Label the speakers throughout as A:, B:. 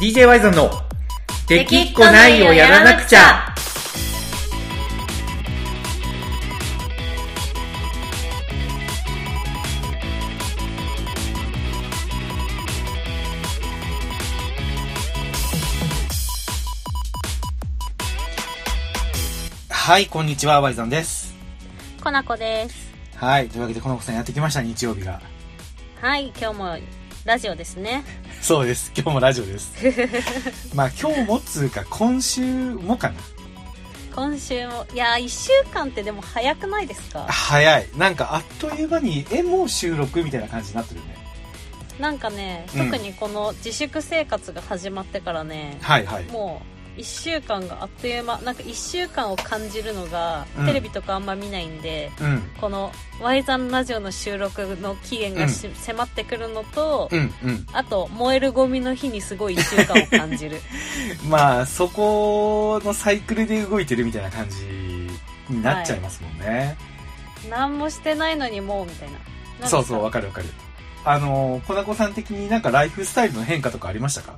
A: DJ ワイゾンの「できっこないをやらなくちゃ」
B: はい、こんにちは、ワイザンです。
C: コナコです。
B: はい、というわけで、この子さんやってきました、日曜日が。
C: はい、今日もラジオですね。
B: そうです、今日もラジオです。 まあ、今日もっつうか、今週もかな。
C: 今週も、いやー、1週間ってでも早くないですか
B: 早い。なんか、あっという間に、え、もう収録みたいな感じになってるね。
C: なんかね、
B: うん
C: 特にこの自粛生活が始まってからね、
B: はいはい。
C: もう1週間があっという間、なんか1週間を感じるのが
B: うん、
C: テレビとかあんま見ないんで、
B: うん、
C: この Y ザンラジオの収録の期限がし、迫ってくるのと、
B: うん、うん。
C: あと、燃えるゴミの日にすごい1週間を感じる。
B: まあ、そこのサイクルで動いてるみたいな感じになっちゃいますもんね。
C: 何もしてないのにもう、みたいな。なんか
B: そうそう、わかるわかる。あの、粉子さん的になんかライフスタイルの変化とかありましたか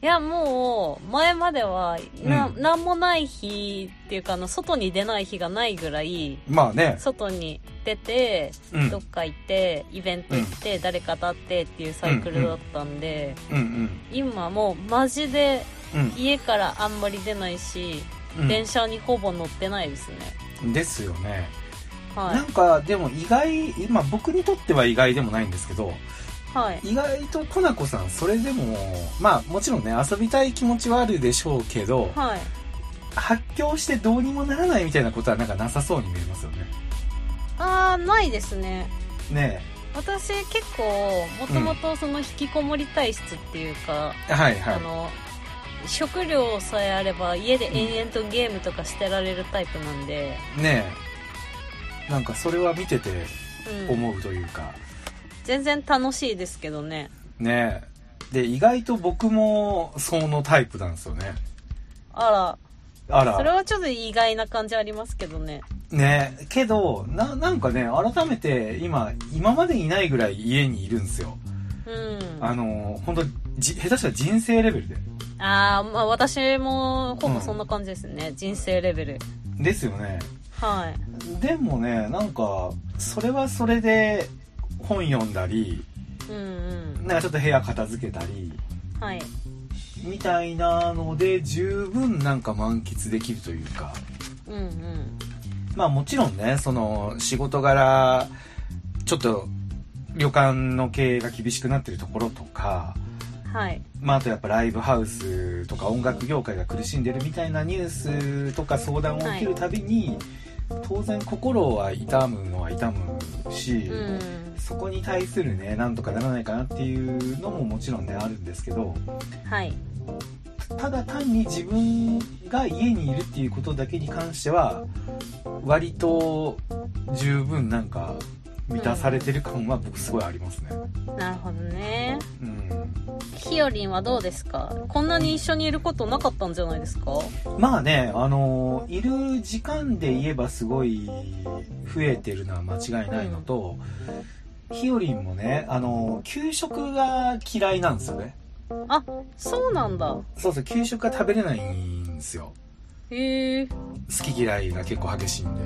C: いや、もう、前までは、な、
B: うん
C: なんもない日っていうか、あの、外に出ない日がないぐらい、
B: まあね。
C: 外に出て、
B: うん、う
C: ど
B: ん
C: っ、か行って、イベント行って、誰かと会ってっていうサイクルだったんで、
B: うん、
C: 今もう、マジで、
B: うん
C: 家からあんまり出ないし、
B: うん。
C: 電車にほぼ乗ってないですね。
B: ですよね。
C: は
B: なんかでも意外今僕にとっては意外でもないんですけど
C: い。はい。
B: 意外とコナコさんそれでもまあもちろんね遊びたい気持ちはあるでしょうけど
C: はい。
B: 発狂してどうにもならないみたいなことはなんかなさそうに見えますよね
C: あー、ないですね。
B: ね
C: 私、結構、もともとその、引きこもり体質っていうか、
B: えはいは
C: あ
B: い
C: の食料さえあれば家で延々とゲームとかしてられるタイプなんで、
B: ねえなんかそれは見てて
C: うん、
B: 思うというか、
C: 全然楽しいですけどね
B: ねえで意外と僕もそのタイプなんですよね
C: あ
B: あ
C: らそれ
B: ら
C: はちょっと意外な感じありますけどね
B: ねえけどななんかね改めて今今までいないぐらい家にいるんですよ
C: うん
B: あ
C: あ
B: のー、本当じ下手したら人生レベルで。
C: あーまあ私もほぼそんな感じですね、人生レベル
B: ですよね。
C: はい
B: でもね、なんか、それはそれで、本読んだり、
C: うんうん
B: なんかちょっと部屋片付けたり、
C: はい
B: みたいなので、十分なんか満喫できるというか。
C: うんうん
B: まあもちろんね、その、仕事柄、ちょっと、旅館の経営が厳しくなってるところとか、
C: はい
B: まあ、あとやっぱライブハウスとか音楽業界が苦しんでるみたいなニュースとか相談を受けるたびに、当然心は痛むのは痛むし、
C: うん
B: そこに対するねなんとかならないかなっていうのももちろんねあるんですけど
C: はい
B: ただ単に自分が家にいるっていうことだけに関しては割と十分なんか満たされてる感は僕すごいありますね。
C: なるほどね
B: うん
C: ひよりんはどうですかこんなに一緒にいることなかったんじゃないですか
B: まあね、あのいる時間で言えばすごい増えてるのは間違いないのと、ひよりんもね、あの給食が嫌いなんですよね。
C: そうなんだ
B: そうそう、給食が食べれないんですよ。
C: へえ
B: 好き嫌いが結構激しいんで。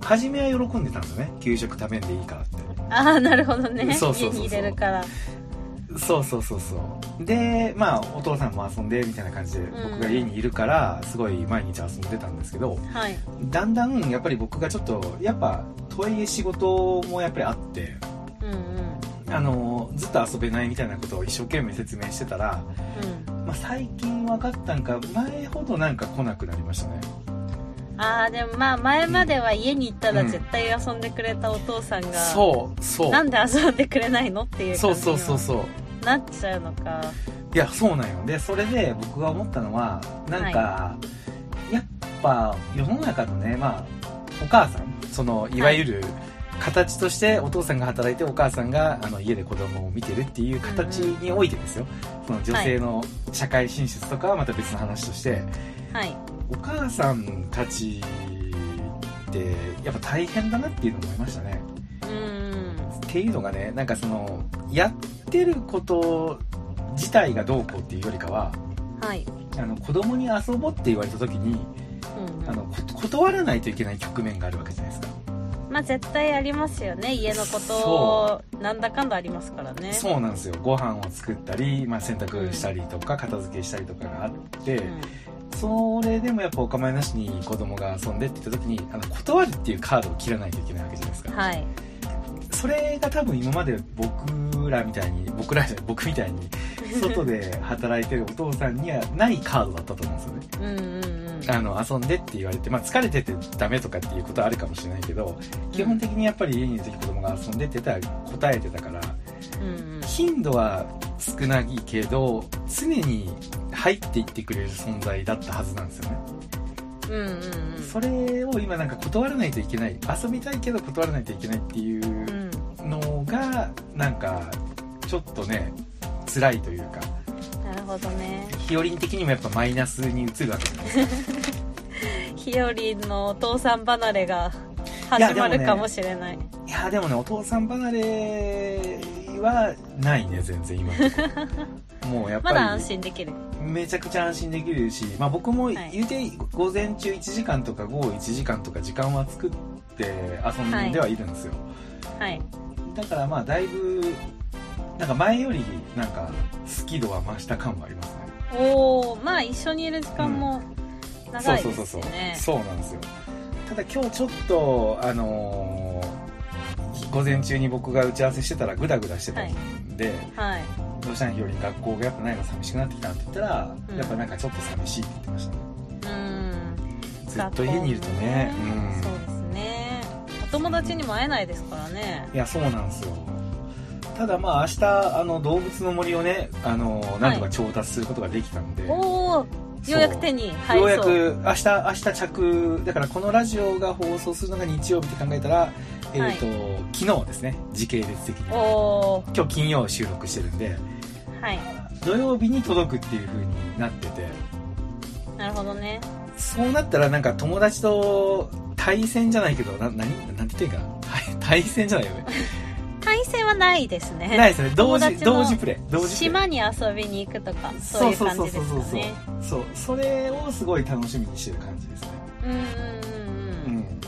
B: 初めは喜んでたんだよね。給食食べんでいいからっ
C: ああなるほどね
B: そうそうそうそう
C: 家に入れるから
B: て。そうそうそうそう。で、まあ、お父さんも遊んで、みたいな感じで、
C: ん
B: 僕が家にいるから、すごい毎日遊んでたんですけど、
C: はい
B: だんだんやっぱり僕がちょっとやっぱとはいえ仕事もやっぱりあって
C: うんうん
B: あのずっと遊べないみたいなことを一生懸命説明してたら、まあ、最近分かったんか前ほどなんか来なくなりましたね
C: うんああでもまあ前までは家に行ったら絶対遊んでくれたお父さんが、
B: そうそう
C: なんで遊んでくれないのっていう
B: そう
C: 感じ
B: そうそう
C: に
B: そう
C: なっちゃうのか
B: いやそうなんよでそれで僕が思ったのはなんか、やっぱ世の中のねまあお母さんそのいわゆる形としてお父さんが働いてお母さんがあの家で子供を見てるっていう形においてですよ、その女性の社会進出とかはまた別の話として、
C: はい
B: お母さんたちってやっぱ大変だなっていうのを思いましたね
C: うん
B: っていうのがねなんかそのやってること自体がどうこうっていうよりかは
C: はい。
B: あの子供に遊ぼうって言われた時に
C: うん
B: あ
C: うん
B: のこ断らないといけない局面があるわけじゃないですか
C: まあ絶対ありますよね。家のこ
B: そ
C: と、なんだかんだありますからね。
B: そうなんですよご飯を作ったり、まあ、洗濯したりとか片付けしたりとかがあって、
C: うん
B: それでもやっぱお構いなしに子供が遊んでって言った時にあの断るっていうカードを切らないといけないわけじゃないですか、
C: はい。
B: それが多分今まで僕らみたいに僕らじゃない僕みたいに外で働いてるお父さんにはないカードだったと思うんですよね
C: うんうんうん。
B: あの遊んでって言われて、まあ、疲れててダメとかっていうことはあるかもしれないけど基本的にやっぱり家にいる時子供が遊んでってたら答えてたから
C: うんうん。
B: 頻度は少ないけど常に入っていってくれる存在だったはずなんですよね
C: うんうんうん。。
B: それを今なんか断らないといけない遊びたいけど断らないといけないっていううんのがなんかちょっとね辛いというか
C: なるほどね。
B: 日和的にもやっぱマイナスに移るわけじゃないですか
C: ひよりんのお父さん離れが始まるかもしれない。
B: いやでもねお父さん離れはないね全 然今のところもうやっ
C: まだ
B: ぱ
C: 安
B: り
C: 心できる。
B: めちゃくちゃ安心できるし、まあ、僕も
C: はい
B: 言うて午前中1時間とか午後1時間とか時間は作って遊んではいるんですよ、
C: はい。
B: だからまあだいぶなんか前よりなんか好き度は増した感はありますね
C: おお、まあ一緒にいる時間も長い
B: そう
C: で
B: そう
C: す
B: そう
C: よ
B: そう
C: ね。
B: そうなんですよただ今日ちょっとあのー午前中に僕が打ち合わせしてたらグダグダしてたんで、
C: はい。
B: どうしたんひより学校がやっぱないの寂しくなってきたって言ったら、
C: うん
B: やっぱなんかちょっと寂しいって言ってましたね
C: うん。
B: ずっと家にいるとねうん
C: そうですね。お友達にも会えないですからね。
B: いやそうなんですよただまあ明日あの動物の森をね、あのーなんとか調達することができたんで、
C: おお、よう
B: そう
C: やく手に入
B: よう
C: り
B: や
C: そう。
B: く明日明日着だからこのラジオが放送するのが日曜日って考えたら、えーと昨日ですね時系列的に
C: おお、
B: 今日金曜収録してるんで
C: はい。
B: 土曜日に届くっていう風になってて
C: なるほどね。
B: そうなったらなんか友達と対戦じゃないけどな何なんて言ってんか なはい対戦じゃないよね
C: 対戦はないですね。
B: ないですね同
C: 友
B: 時
C: 達の
B: 同時プレイ同時プレイ
C: 島に遊びに行くとか、そういう感じですかね。
B: そうそれをすごい楽しみにしてる感じですね
C: うんうん
B: う
C: うん
B: ん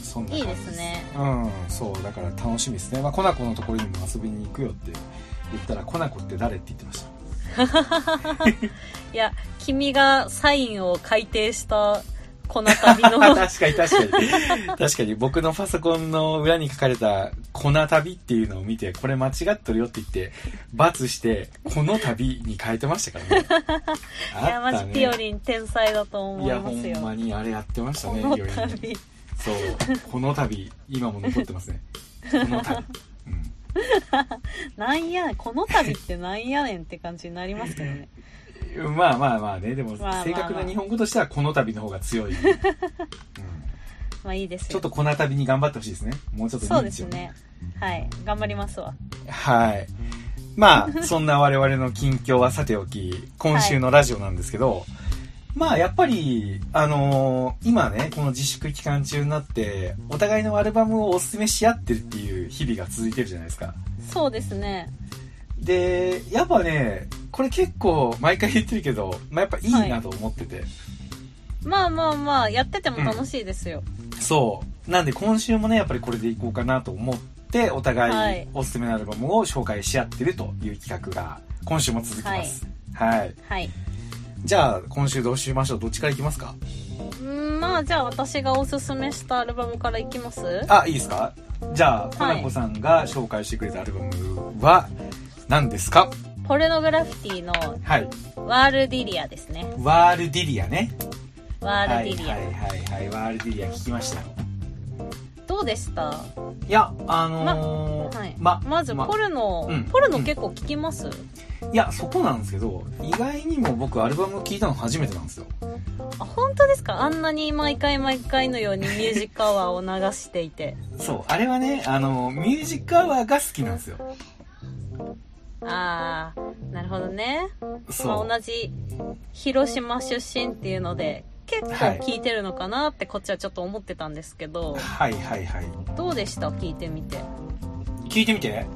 B: そんな
C: うん。い
B: 感
C: い
B: じ
C: ですね。
B: うんそうだから楽しみですね、まあ、コナコのところにも遊びに行くよって言ったら「コナコって誰?」って言ってました
C: いや、君がサインを改定したこの旅 の、
B: 確かに確かに確かに僕のパソコンの裏に書かれた「粉旅」っていうのを見てこれ間違っとるよって言って罰して「この旅」に変えてましたからね
C: いや、
B: あっ
C: マ
B: た
C: ジ
B: ね
C: ピオリン天才だと思
B: い
C: い
B: や
C: ま
B: ほ
C: す
B: ん
C: よ。
B: まにあれやってました
C: こ
B: ね
C: の
B: いろいろ
C: 旅。
B: そうこの旅今も残ってますねこの旅うん
C: なんや、この旅ってなんやねんって感じになりますけど ね。
B: まあまあまあねでも
C: まあまあまあ
B: 正確な日本語としてはこの旅の方が強い、うん
C: まあいいですよ。
B: ちょっとこの旅に頑張ってほしいですねもうちょっと
C: そう
B: 認
C: で
B: 知
C: す
B: を
C: ね。はい。頑張りますわ。
B: はいまあそんな我々の近況はさておき今週のラジオなんですけど、まあやっぱりあのー今ねこの自粛期間中になってお互いのアルバムをおすすめし合ってるっていう日々が続いてるじゃないですか
C: そうですね。
B: でやっぱねこれ結構毎回言ってるけど、まあ、やっぱいいなと思ってて、
C: まあまあまあ、やってても楽しいですよ。
B: そう。なんで今週もね、やっぱりこれでいこうかなと思って、お
C: は
B: 互い
C: い
B: おすすめのアルバムを紹介し合ってるという企画が今週も続きます。はい。
C: はい。
B: じゃあ今週どうしましょうどっちからいきますか
C: うんまあじゃあ私がおすすめしたアルバムからいきます
B: あ、いいですかじゃあ、花子さんが紹介してくれたアルバムは何ですか
C: ポルノグラフィティの
B: はい。
C: ワールディリアですね。
B: ワールディリアね。
C: ワールディリア。
B: はいはいはいはい。ワールディリア聞きました。
C: どうでした
B: いや、あのー
C: はい、
B: ま、
C: まずポルノ、
B: うん
C: ポルノ結構聞きます、
B: いや、そこなんですけど、意外にも僕アルバム聞いたの初めてなんですよ。
C: あ本当ですかあんなに毎回毎回のようにミュージックアワーを流していて
B: そう、あれはね、あの、ミュージックアワーが好きなんですよ。
C: ああなるほどね、ま
B: そ
C: あ、
B: う。
C: 同じ広島出身っていうので結構聞いてるのかなってこっちはちょっと思ってたんですけど、
B: はいはいはい。
C: どうでした聞いてみて
B: 聞いてみて。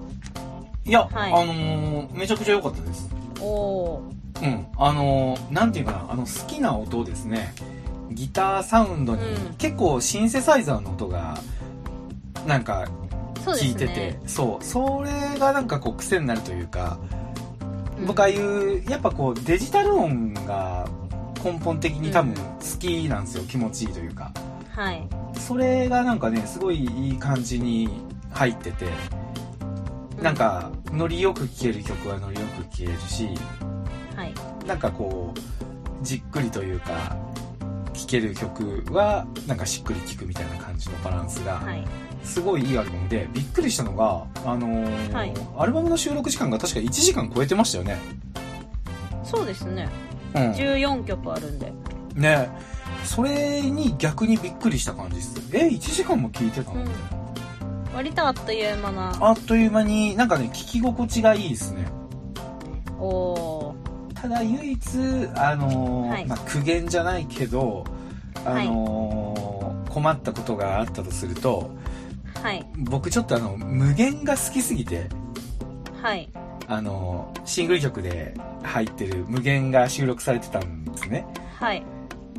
B: いや、
C: はい
B: あのーめちゃくちゃ良かったです。
C: おお
B: うん。あのーなんていうかな、あの、好きな音をですね、ギターサウンドに、
C: うん
B: 結構シンセサイザーの音が、なんか、
C: ーそうです
B: 聞
C: ね
B: いてて、そう、それがなんかこう、癖になるというか、
C: うん
B: 僕ああいう、やっぱこう、デジタル音が根本的に多分
C: うん
B: 好きなんですよ、気持ちいいというか。
C: はい
B: それがなんかね、すごいいい感じに入ってて、なんか、ノリよく聴ける曲はノリよく聴けるし、
C: はい
B: なんかこう、じっくりというか、聴ける曲は、なんかしっくり聴くみたいな感じのバランス
C: は
B: が、
C: い
B: すごいいいアルバムで、びっくりしたのが、あのー
C: はい
B: アルバムの収録時間が確か1時間超えてましたよね。
C: そうですね
B: う
C: 14曲あるんで
B: ん。ねそれに逆にびっくりした感じです。え、1時間も聴いてたの、
C: うん割とあっという間な
B: あっという間に、なんかね、聴き心地がいいですね。
C: おお
B: ただ唯一あのー
C: はい
B: まあ、苦言じゃないけどあのー困ったことがあったとすると
C: ーはい
B: 僕ちょっとあの無限が好きすぎて
C: はい
B: あのーシングル曲で入ってる無限が収録されてたんですね
C: はい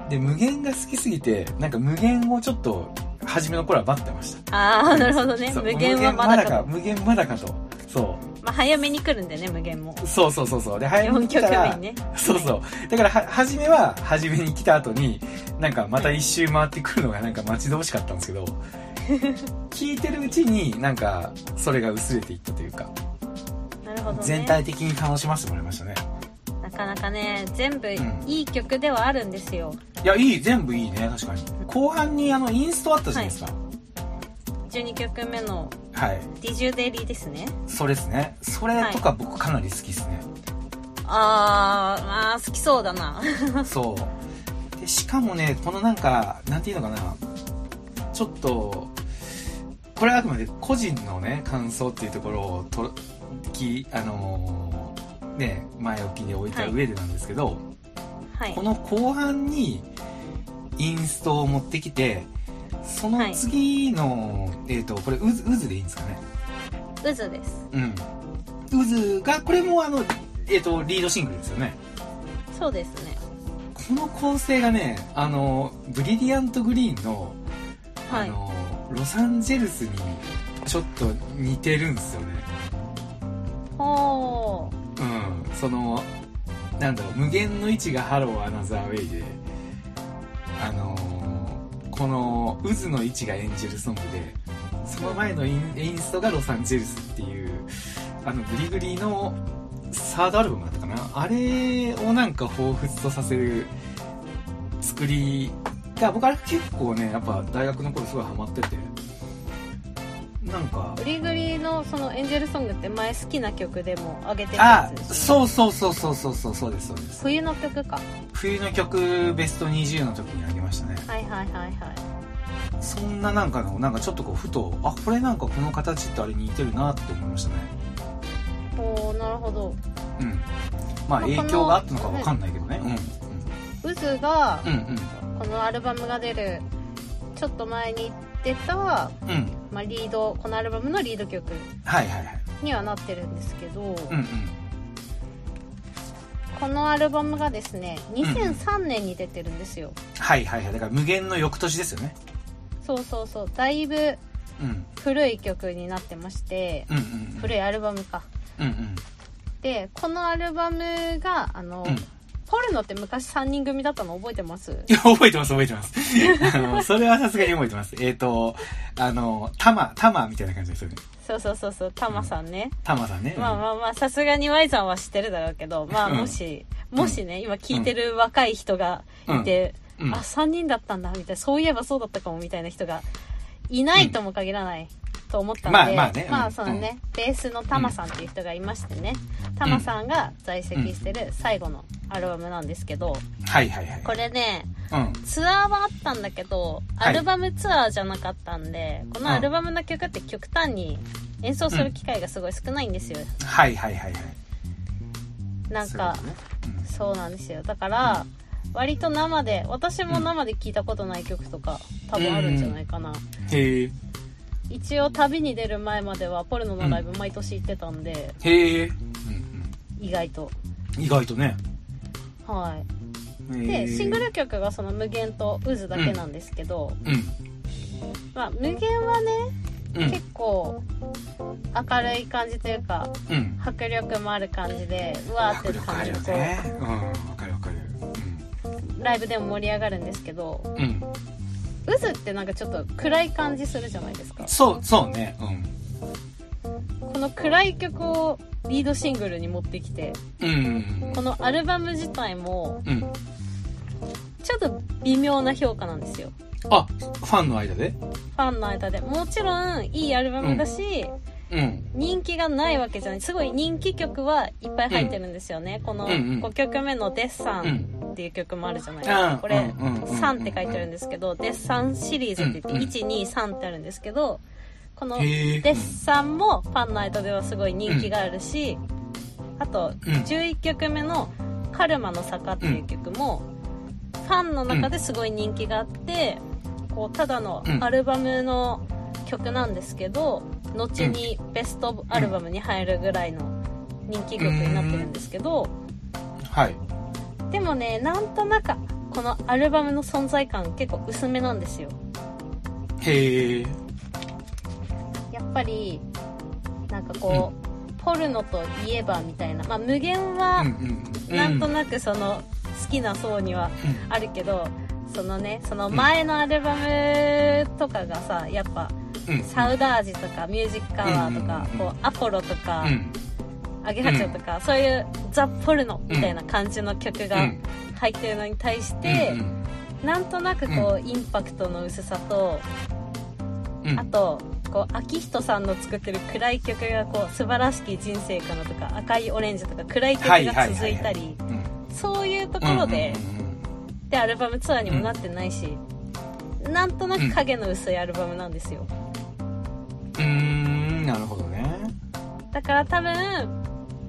B: で無限が好きすぎてなんか無限をちょっと初めの頃は待ってました
C: あ あなるほどね
B: そう
C: 無限はまだか
B: 無限まだか無限まだかとそ
C: まあ、早めに来るんでね無限も
B: うそうそうそうそうで早め
C: 4
B: に来
C: 曲
B: たら
C: 目にね
B: そうそう。だからは、初めは、初めに来た後に、なんかまた一周回ってくるのがなんか待ち遠しかったんですけ ど、聞いてるうちになんか、それが薄れていったというか、
C: なるほど、ね、
B: 全体的に楽しませてもらいましたね。
C: なかなかね全部
B: ん
C: いい曲ではあるんですよ、
B: いや、いい、全部いいね、確かに。後半にあの、インストあったじゃないですか。
C: 12曲目の
B: はい。
C: 「ディジュデリー」ですね
B: それですね。それとか僕かなり好きですね。
C: あーまあ好きそうだな
B: そう。で、しかもね、このなんか、なんていうのかな、ちょっと、これはあくまで個人のね、感想っていうところをと、き、あのーね、前置きで置いた上でなんですけど、
C: はい
B: この後半にインストを持ってきて、その次の、えっ、と、これ、渦、渦でいいんですかね。
C: 渦です
B: うん。渦が、これもあの、えっ、と、リードシングルですよね。
C: そうですね
B: この構成がね、あの、ブリリアントグリーンの、
C: は
B: あ
C: い
B: のロサンゼルスにちょっと似てるんですよね
C: ほ
B: うんそのなんだろう無限の位置がハローアナザーウェイであのーこの渦の位置がエンジェルソングでその前のインインストがロサンゼルスっていうあのグリグリのサードアルバムだったかなあれをなんか彷彿とさせる作りが僕あれ結構ねやっぱ大学の頃すごいハマっててなんか
C: うグリグリのそのエンジェルソングって前好きな曲でも上げてたや
B: あ
C: つです
B: そうそうそうそうそうそうそうですそうです
C: 冬の曲か
B: 冬の曲ベスト20の時にあげましたね
C: はいはいはいはい
B: そんななんかのなんかちょっとこうふとあこれなんかこの形ってあれ似てるなって思いましたね
C: おーなるほど
B: うんまあ
C: こ
B: 影
C: の
B: 響があったのかわかんないけどねう
C: 渦が
B: んうんうん
C: このアルバムが出るちょっと前に出た、ま
B: うんうん
C: あ、リードこのアルバムのリード曲
B: はいはいはい
C: にはなってるんですけど、
B: うんうん
C: このアルバムがですね
B: ん
C: 2003年に出てるんですよ、
B: はいはいはいだから無限の翌年ですよね
C: そうそうそうだいぶ
B: うん
C: 古い曲になってまして
B: うんうん
C: 古いアルバムか
B: うんうん
C: でこのアルバムがあの、
B: うん
C: ポルノって昔3人組だったの覚えてます
B: いや 覚えてます覚えてますあのそれはさすがに覚えてますえっ、とあのタマタマみたいな感じですよね
C: そうそうそうそうタマさんね、
B: タマさんね、うん
C: まあまあまあさすがに Y さんは知ってるだろうけどまあ
B: うん
C: もし、もしね今聞いてる若い人がいて、
B: うん
C: あ3人だったんだみたいなそういえばそうだったかもみたいな人がいないとも限らないと思ったので、
B: まあまあねうん
C: そのね、ベースのタマさんっていう人がいましてねタマさんが在籍してる最後のアルバムなんですけど
B: はいはいはい
C: これね
B: うん
C: ツアーはあったんだけど
B: は
C: ア
B: い
C: ルバムツアーじゃなかったんで、このアルバムの曲って極端に演奏する機会がすごい少ないんですよ、
B: はいはいはいはい
C: なんか
B: そうだね
C: そうなんですよだから割と生で私も生で聞いたことない曲とか多分あるんじゃないかな、
B: うんへえ
C: 一応旅に出る前まではポルノのライブ毎年行ってたんで、
B: へえ、
C: 意外と
B: 意外とね
C: はい
B: へ
C: で
B: ー
C: シングル曲がその「無限」と「渦」だけなんですけど、
B: うん
C: まあ、無限はね
B: うん
C: 結構明るい感じというか
B: うん
C: 迫力もある感じでうわーって
B: 迫力あ
C: 感
B: る
C: じ
B: よ
C: と、
B: ねうんわかるわかる
C: ライブでも盛り上がるんですけど
B: うん、うん、
C: 渦ってなんかちょっと暗い感じするじゃないですか
B: そうそうねう
C: この暗い曲をリードシングルに持ってきて
B: んうん
C: このアルバム自体も
B: うん
C: ちょっと微妙な評価なんですよ
B: あファンの間で
C: ファンの間でもちろんいいアルバムだし、
B: うん
C: 人気がないわけじゃないすごい人気曲はいっぱい入ってるんですよね、この
B: うんうん
C: 5曲目の「デッサ
B: う
C: ン」
B: ん
C: っていう曲もあるじゃないです
B: あ
C: か
B: ー
C: こ
B: うん
C: れ
B: うんうんうん
C: 「3」って書いてあるんですけど「デッサン」シリーズって
B: うんうん
C: 言って123ってあるんですけどこの「デ
B: へえ
C: ッサン」もファンの間ではすごい人気があるしあと
B: うん
C: 11曲目の「カルマの坂」っていう曲もファンの中ですごい人気があってこうただのアルバムの曲なんですけど後にベストアルバムに入るぐらいの人気曲になってるんですけど
B: はい
C: でもねなんとなくこのアルバムの存在感結構薄めなんですよ
B: へえ
C: やっぱりなんかこう、ポルノといえばみたいなまあ無限は
B: うんうん
C: なんと
B: く
C: なくその好きな層にはあるけど、そのねその前のアルバムとかがさやっぱサウダージとかミュージックアワーとか、
B: うん
C: こうアポロとか、
B: うん
C: アゲハチョウとか、そういうザ・ポルノみたいな感じの曲
B: う
C: が
B: ん
C: 入ってるのに対して、
B: うん
C: なんとなくこう、インパクトの薄さと、
B: うん
C: あとこう秋人さんの作ってる暗い曲がこう「素晴らしき人生かな」とか「赤いオレンジ」とか暗い曲が続い
B: は
C: たり、
B: いはいはいうん
C: そういうところで、でアルバムツアーにもなってないし、なんとなく影の薄いアルバムなんですよ
B: うんうんうんうーんなるほどね
C: だから多分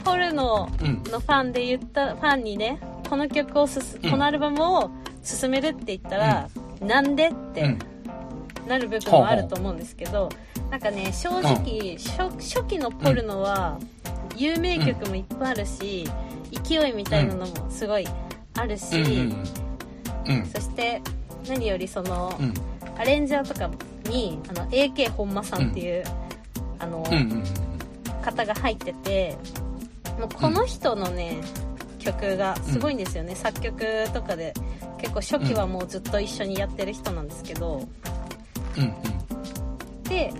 C: ポルノ
B: うん
C: のファンで言ったファンにねこの曲をすす、
B: うん
C: このアルバムを進めるって言ったら、なんでっ
B: う
C: て
B: ん
C: なる部分もあると思うんですけど、なんかね正直、初初期のポルノは有名曲もいっぱいあるし、勢いみたいなのもすごいあるし、
B: うんうん
C: そして何よりその、
B: うん
C: アレンジャーとかにあの AK 本間さんっていう、あの、
B: うんうん
C: 方が入っててもうこの人のね、曲がすごいんですよね、作曲とかで結構初期はもうずっと一緒にやってる人なんですけど、
B: うん
C: で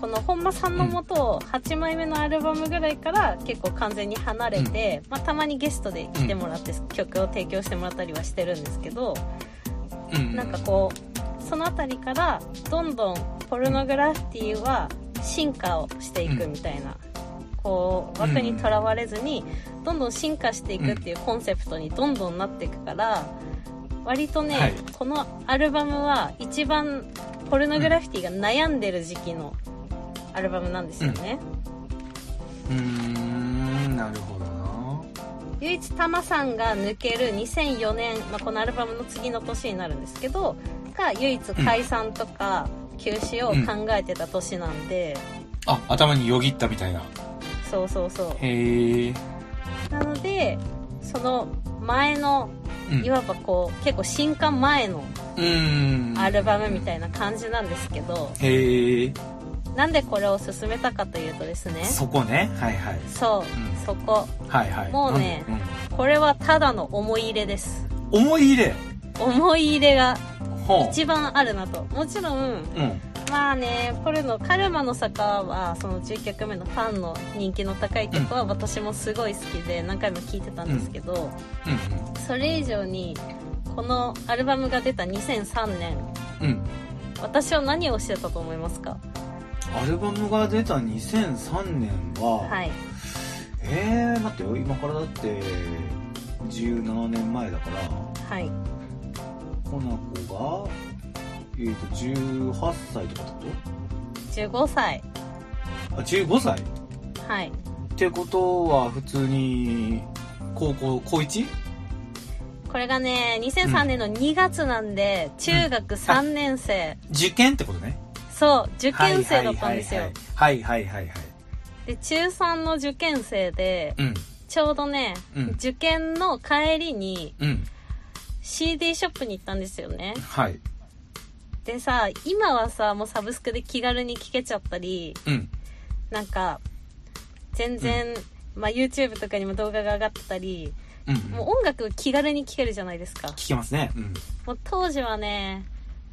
C: この本間さんのもと8枚目のアルバムぐらいから結構完全に離れて、まあ、たまにゲストで来てもらって、曲を提供してもらったりはしてるんですけど
B: うんうん
C: なんかこうその辺りからどんどんポルノグラフィティは進化をしていくみたいな、こう枠にとらわれずにどんどん進化していくっていうコンセプトにどんどんなっていくから割とね、
B: はい
C: このアルバムは一番ポルノグラフィティが悩んでる時期のアルバムなんですよね。
B: うーんなるほどな
C: 唯一タマさんが抜ける2004年、まあ、このアルバムの次の年になるんですけどが唯一解散とか休止を考えてた年なんで、
B: あ頭によぎったみたいな
C: そうそうそ
B: へえ
C: うなのでその前の
B: うん
C: いわばこう結構新刊前の
B: うん
C: アルバムみたいな感じなんですけど
B: へえ
C: なんでこれを勧めたかというとですね
B: そこねはいはい
C: そううそこ
B: はいはい
C: もうね
B: んん
C: これはただの思い入れです
B: 思い入れ
C: 思い入れが
B: ほ
C: 一番あるなともちろん
B: ううん
C: まあねポルノ「カルマの坂」はその10曲目のファンの人気の高い曲は私もすごい好きで何回も聴いてたんですけど、それ以上にこのアルバムが出た2003年
B: うんうんうん
C: 私は何をしてたと思いますか
B: アルバムが出た2003年は、
C: はい
B: えー、待ってよ今からだって17年前だから
C: はい
B: この子がえー、と18歳とかってこ
C: 15歳
B: とあ15歳
C: はい
B: ってことは普通に高校高 1?
C: これがね2003年の2月なんで中学3年生、
B: 受験ってことね
C: そう受験生だったんですよ、
B: はいはいはいはいはい
C: で中3の受験生で
B: うん
C: ちょうどね、
B: うん
C: 受験の帰りに
B: うん
C: CD ショップに行ったんですよね
B: はい
C: でさ今はさもうサブスクで気軽に聴けちゃったり
B: うん
C: なんか全然、まあ、YouTube とかにも動画が上がってたり
B: うん
C: もう音楽気軽に聴けるじゃないですか
B: 聞けますねうん
C: もう当時はね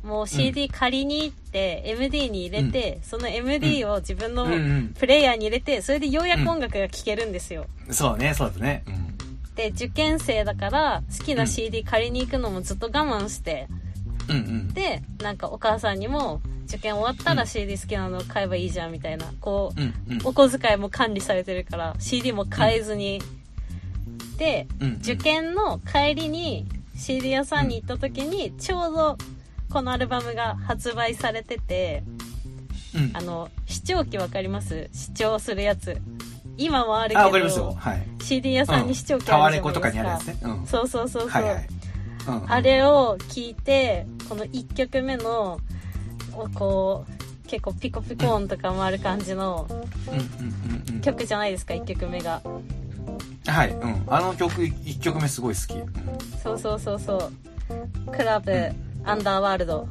C: もう CD 借りに行って MD に入れて、その MD を自分の
B: うんうん
C: プレイヤーに入れてそれでようやく音楽が聴けるんですよ、
B: そうねそうだねうん
C: で受験生だから好きな CD 借りに行くのもずっと我慢して
B: うんうん
C: でなんかお母さんにも受験終わった
B: う
C: ら
B: ん
C: CD 好きなの買えばいいじゃんみたいなこう
B: うんうん
C: お小遣いも管理されてるから CD も買えずにで
B: うん
C: 受験の帰りに CD 屋さんに行った時にちょうどこのアルバムが発売されてて
B: うん
C: あの視聴器わかります視聴するやつ今もある
B: あわか
C: け
B: りますよ
C: ど
B: はい
C: CD 屋さんに視聴器
B: タ
C: あ
B: ワ
C: るじ
B: レ
C: ゃ
B: コと
C: な
B: か
C: いで
B: にあ
C: す
B: るや
C: か
B: つねうん
C: そうそうそうそう、
B: はいはいうんうん
C: あれを聞いてこの1曲目のをこう結構ピコピコ音とかもある感じの
B: うんうんうんうん
C: 曲じゃないですか1曲目が
B: はい、うん、あの曲一曲目すごい好き、う
C: そうそうそうそうクラブ、アンダーワールド
B: ん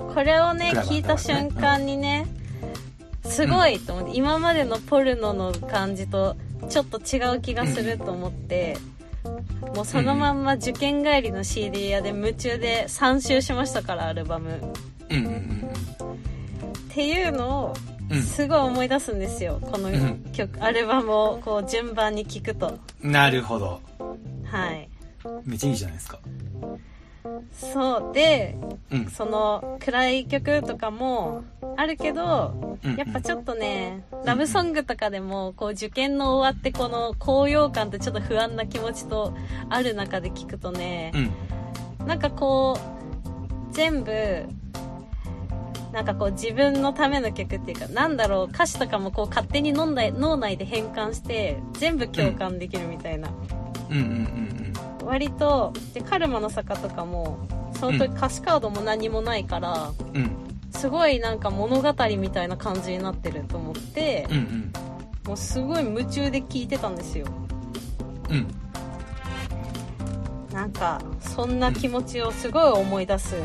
B: うん、
C: これをね
B: クラブ
C: 聞いた瞬間にねすごいと思って、今までのポルノの感じとちょっと違う気がすると思って、もうそのまんま受験帰りの CD 屋で夢中で3周しましたからアルバム
B: うんうんうん
C: っていうのを
B: うん
C: すごい思い出すんですよこの
B: ん
C: 曲、アルバムをこう順番に聴くと
B: うんなるほど
C: はい
B: めっちゃいいじゃないですか
C: そうで
B: うん
C: その暗い曲とかもあるけど
B: うん
C: やっぱちょっとね
B: ん
C: ラブソングとかでもこう受験の終わってこの高揚感とちょっと不安な気持ちとある中で聴くとね
B: うん
C: なんかこう全部なんかこう自分のための曲っていうかなんだろう歌詞とかもこう勝手に脳内脳内で変換して全部共感できるみたいな、
B: うんうんうん
C: 割とで「カルマの坂」とかもその時歌詞カードも何もないから、
B: うんうん
C: すごいなんか物語みたいな感じになってると思って
B: う、ん
C: もうすごい夢中で聴いてたんですよ
B: うんうん
C: なんかそんな気持ちをすごい思い出す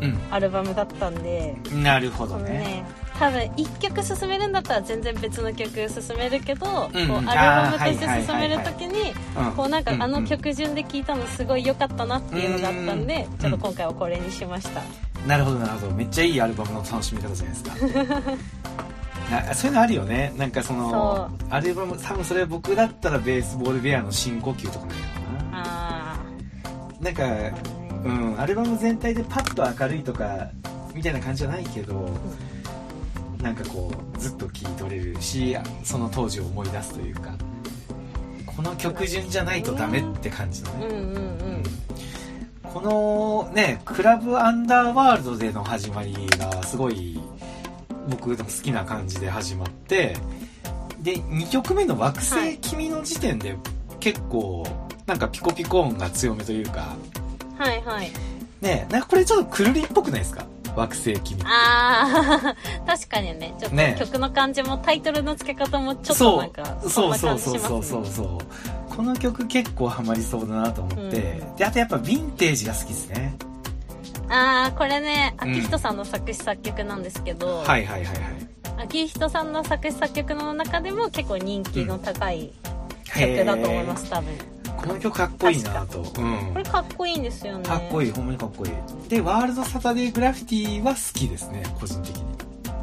B: うん
C: アルバムだったんで、
B: うんなるほど
C: この
B: ね
C: ね多分1曲進めるんだったら全然別の曲進めるけど、
B: うん
C: こう
B: あ
C: ア
B: ー
C: ルバムとして
B: はいはい
C: 進
B: はい
C: める
B: はい
C: 時に
B: うん
C: こうなんか
B: ん
C: あの曲順で聴いたのすごい良かったなっていうのがあったんで
B: うん
C: ちょっと今回はこれにしました
B: なるほどなるほどめっちゃいいアルバムの楽しみ方じゃないですかなそういうのあるよねなんかそのアルバム多分それ僕だったらベースボールベアの深呼吸とかなんやろうな
C: あ
B: なんか
C: あ
B: うん、アルバム全体でパッと明るいとかみたいな感じじゃないけどなんかこうずっと聴いとれるしその当時を思い出すというかこの曲順じゃないとダメって感じの
C: うん
B: ね、
C: うんうん
B: このねクラブアンダーワールドでの始まりがすごい僕の好きな感じで始まってで2曲目の「惑
C: は
B: 星
C: い
B: 君」の時点で結構なんかピコピコ音が強めというか
C: はいはい
B: ねえなんかこれちょっとくるりっぽくないですか惑星君
C: ああ 確かにねちょっ
B: ね
C: と曲の感じもタイトルの付け方もちょっとなんか
B: そ
C: ん
B: う
C: な
B: そう
C: 感じ
B: そう
C: します
B: そうそう
C: ね
B: そうこの曲結構ハマりそうだなと思って、
C: うん
B: であとやっぱヴィンテージが好きですね
C: ああこれね
B: うん
C: 秋人さんの作詞作曲なんですけど、
B: はいはいはいはい
C: 秋人さんの作詞作曲の中でも結構人気の高い
B: へ
C: 曲
B: ー
C: だと思います、多分
B: この曲かっこいいなと、うん
C: これかっこいいんですよね
B: かっこ
C: いい
B: いいほんまにかっこいいでワールドサタデーグラフィティは好きですね個人的に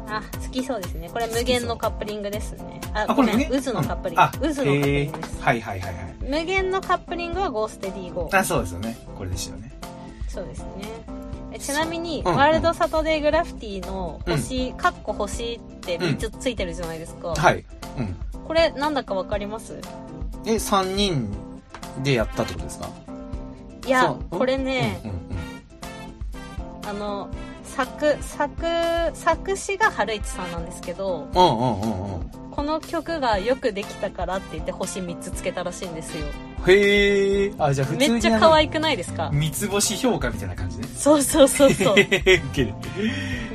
C: あ好きそうですねこれ無限のカップリングですねあ
B: あ
C: ごめん
B: 無限
C: 渦のカップリン
B: うんあ
C: グ、渦のカップリングで
B: へ
C: す
B: ーはいはいはいはい
C: 無限のカップリングはゴーステディーゴー
B: あそうですよねこれでしたよね
C: そうですねえちなみに、
B: うんうん
C: ワールドサタデーグラフィティの星、かっこ星って3つついてるじゃないですか、
B: はい、うん、
C: これなんだかわかります
B: で3人でやったってことですか
C: いや
B: そう
C: これね、
B: うんうんうん
C: あの作作作詞が春市さんなんですけど
B: うんうんうんうん
C: この曲がよくできたからって言って星3つつけたらしいんですよ
B: へえあじゃあ普通に
C: めっちゃ可
B: い
C: 愛くないですか
B: 三つ星評価みたいな感じね
C: そうそうそうそ う
B: ウケる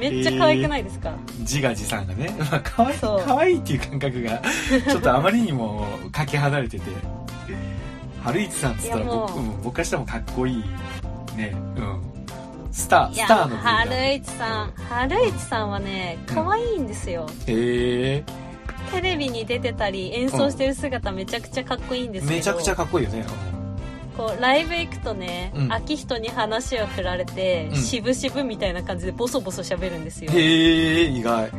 C: めっちゃ可愛くないですか、
B: 自画自賛が ね、まあ、可愛い
C: そう
B: 可愛いっていう感覚がちょっとあまりにもかけ離れてて春市さんっつったら
C: いやもう
B: 僕も僕からしたらもうかっこいいねうんスター
C: い
B: ス
C: や
B: ターの
C: 春市さん
B: ん
C: 春市さんはね可愛いんですよ、
B: へえ
C: テレビに出てたり演奏してる姿めちゃくちゃかっこいいんですけど、
B: めちゃくちゃかっこいいよね
C: こうライブ行くとね、
B: うん
C: 秋人に話を振られて、
B: うん
C: 渋々みたいな感じでボソボソ喋るんですよ
B: へえ意外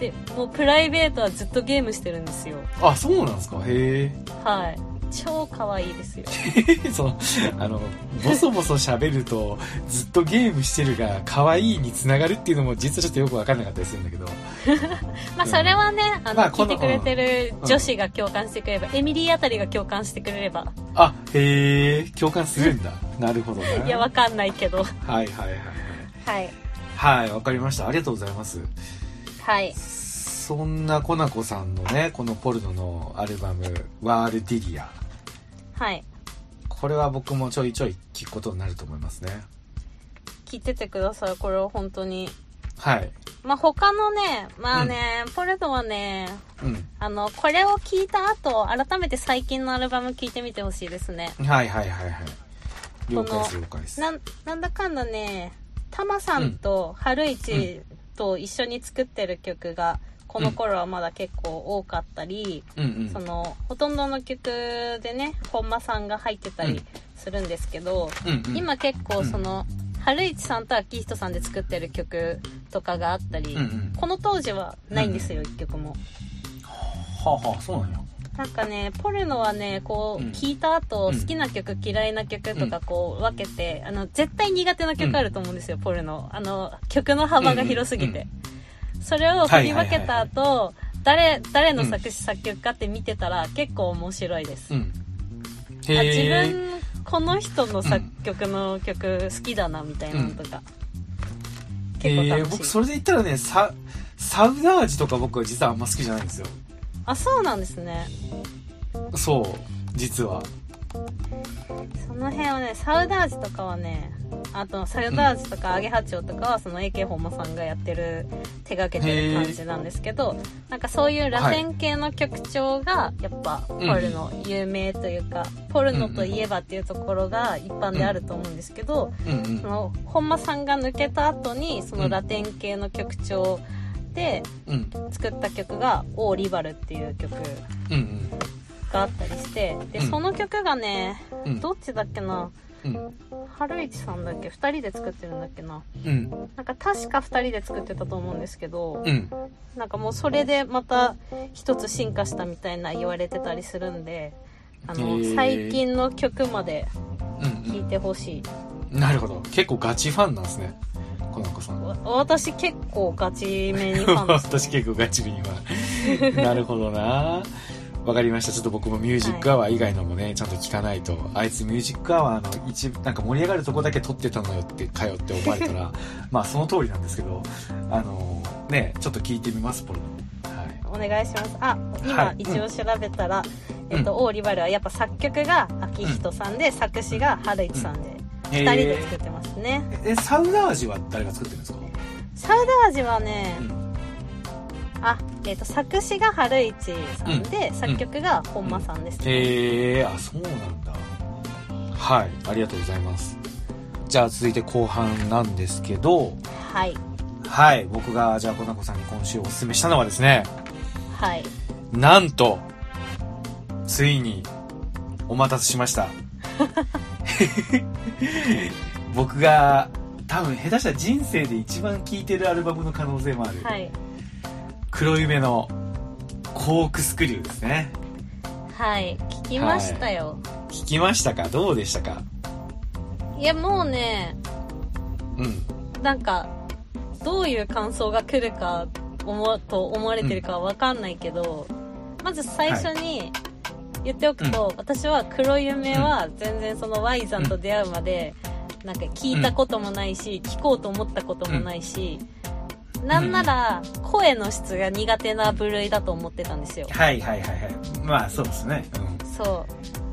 C: でもうプライベートはずっとゲームしてるんですよ
B: あそうなんですかへ
C: はい超可愛い ですよ
B: えそのあのボソボソ喋るとずっとゲームしてるが可愛いにつながるっていうのも実はちょっとよく分かんなかったりするんだけど
C: まあそれはねあの、
B: まあ
C: 聞
B: こ
C: い
B: の
C: てくれてる女子が共感してくれれば、エミリーあたりが共感してくれれば
B: あへえ共感するんだなるほどね
C: いやわかんないけ
B: は
C: ど
B: いはいはい
C: はい
B: はいはいわかりましたありがとうございます
C: はい
B: そんなコナコさんのねこのポルノのアルバム「ワールディリア
C: はい」
B: これは僕もちょいちょい聞くことになると思いますね
C: 聞いててくださいこれは本当に
B: はい
C: まあ他のねまあね、ポルノはね
B: うん
C: あのこれを聞いた後改めて最近のアルバム聞いてみてほしいですね
B: はいはいはいはい了解です
C: こ
B: 了解です
C: なんなんだかんだねタマさんと春市と一緒に作ってる曲がこの頃はまだ結構多かったり、
B: うんうん
C: そのほとんどの曲でね本間さんが入ってたりするんですけど、
B: うんうん
C: 今結構その、春市さんと秋人さんで作ってる曲とかがあったり、
B: うんうん
C: この当時はないんですよ、一曲も。
B: はあはあそうなんや
C: なんかねポルノはねこう
B: うん
C: 聞いた後、
B: うん
C: 好きな曲嫌いな曲とかこう分けて、あの絶対苦手な曲あると思うんですよ、ポルノあの曲の幅が広すぎて、
B: うん
C: それを振り分けた
B: はいはい
C: 後、誰誰の作詞、作曲かって見てたら結構面白いです、
B: うん
C: あ
B: へ
C: 自
B: え
C: 分この人の作曲の曲好きだなみたいなのとか、結構
B: え
C: 楽しい、
B: ー、僕それで言ったらねササウダージとか僕は実はあんま好きじゃないんですよ
C: あそうなんですね
B: そう実は
C: その辺はねサウダージとかはねあとサウダージとかアゲハチョウとかはその AK 本間さんがやってる手がけてる感じなんですけどなんかそういうラテン系の曲調がやっぱポルノ有名というか、ポルノといえばっていうところが一般であると思うんですけど、
B: うんうん
C: その本間さんが抜けた後にそのラテン系の曲調で
B: うん
C: 作った曲が「オーリバル」っていう曲
B: うん
C: があったりしてで
B: うん
C: その曲がね
B: うんうん
C: どっちだっけな
B: うん
C: 春市さんだっけ2人で作ってるんだっけな
B: うん
C: なんか確か2人で作ってたと思うんですけど
B: うん
C: なんかもうそれでまた一つ進化したみたいな言われてたりするんであ
B: へ
C: の
B: ー
C: 最近の曲まで聴いてほしい
B: うんなるほど結構ガチファンなんですねこの子さん
C: わ私結構ガチめにファンで す
B: 私結構ガチミンはなるほどなわかりましたちょっと僕もミュージックアワー以外のもねちゃんと聞かないとあいつミュージックアワーの一部なんか盛り上がるとこだけ撮ってたのよって通って思われたらまあその通りなんですけどあのねちょっと聞いてみますポルノはい
C: お願いしますあ
B: は
C: 今
B: い
C: 一応調べたら、
B: うん
C: えっと、オーリバルはやっぱ作曲が秋人さんで、作詞が春市さんで、二2人で作ってますね
B: えーえサウダージは誰が作ってるんですか
C: サウダージはね、
B: うん
C: あ、えっ、と、作詞が春市さんで、
B: うん
C: 作曲が本間さんですね。
B: えー、あそうなんだはいありがとうございますじゃあ続いて後半なんですけど
C: はい。
B: はい僕がじゃあコナコさんに今週おすすめしたのはですね
C: はい。
B: なんとついにお待たせしました 僕が多分下手したら人生で一番聴いてるアルバムの可能性もある、
C: はい。
B: 黒夢のコークスクリューですね
C: はい。聞きましたよ。
B: 聞きましたかどうでしたか
C: い、や、もうね、
B: うん
C: なんか、どういう感想が来るか、思う、と思われてるかはわかんないけど、まず最初に言っておくと、私は黒夢は全然その Y さんと出会うまで、なんか聞いたこともないし、聞こうと思ったこともないし、なんなら声の質が苦手な部類だと思ってたんですよ
B: はいはいはいはいまあそうですね、
C: そ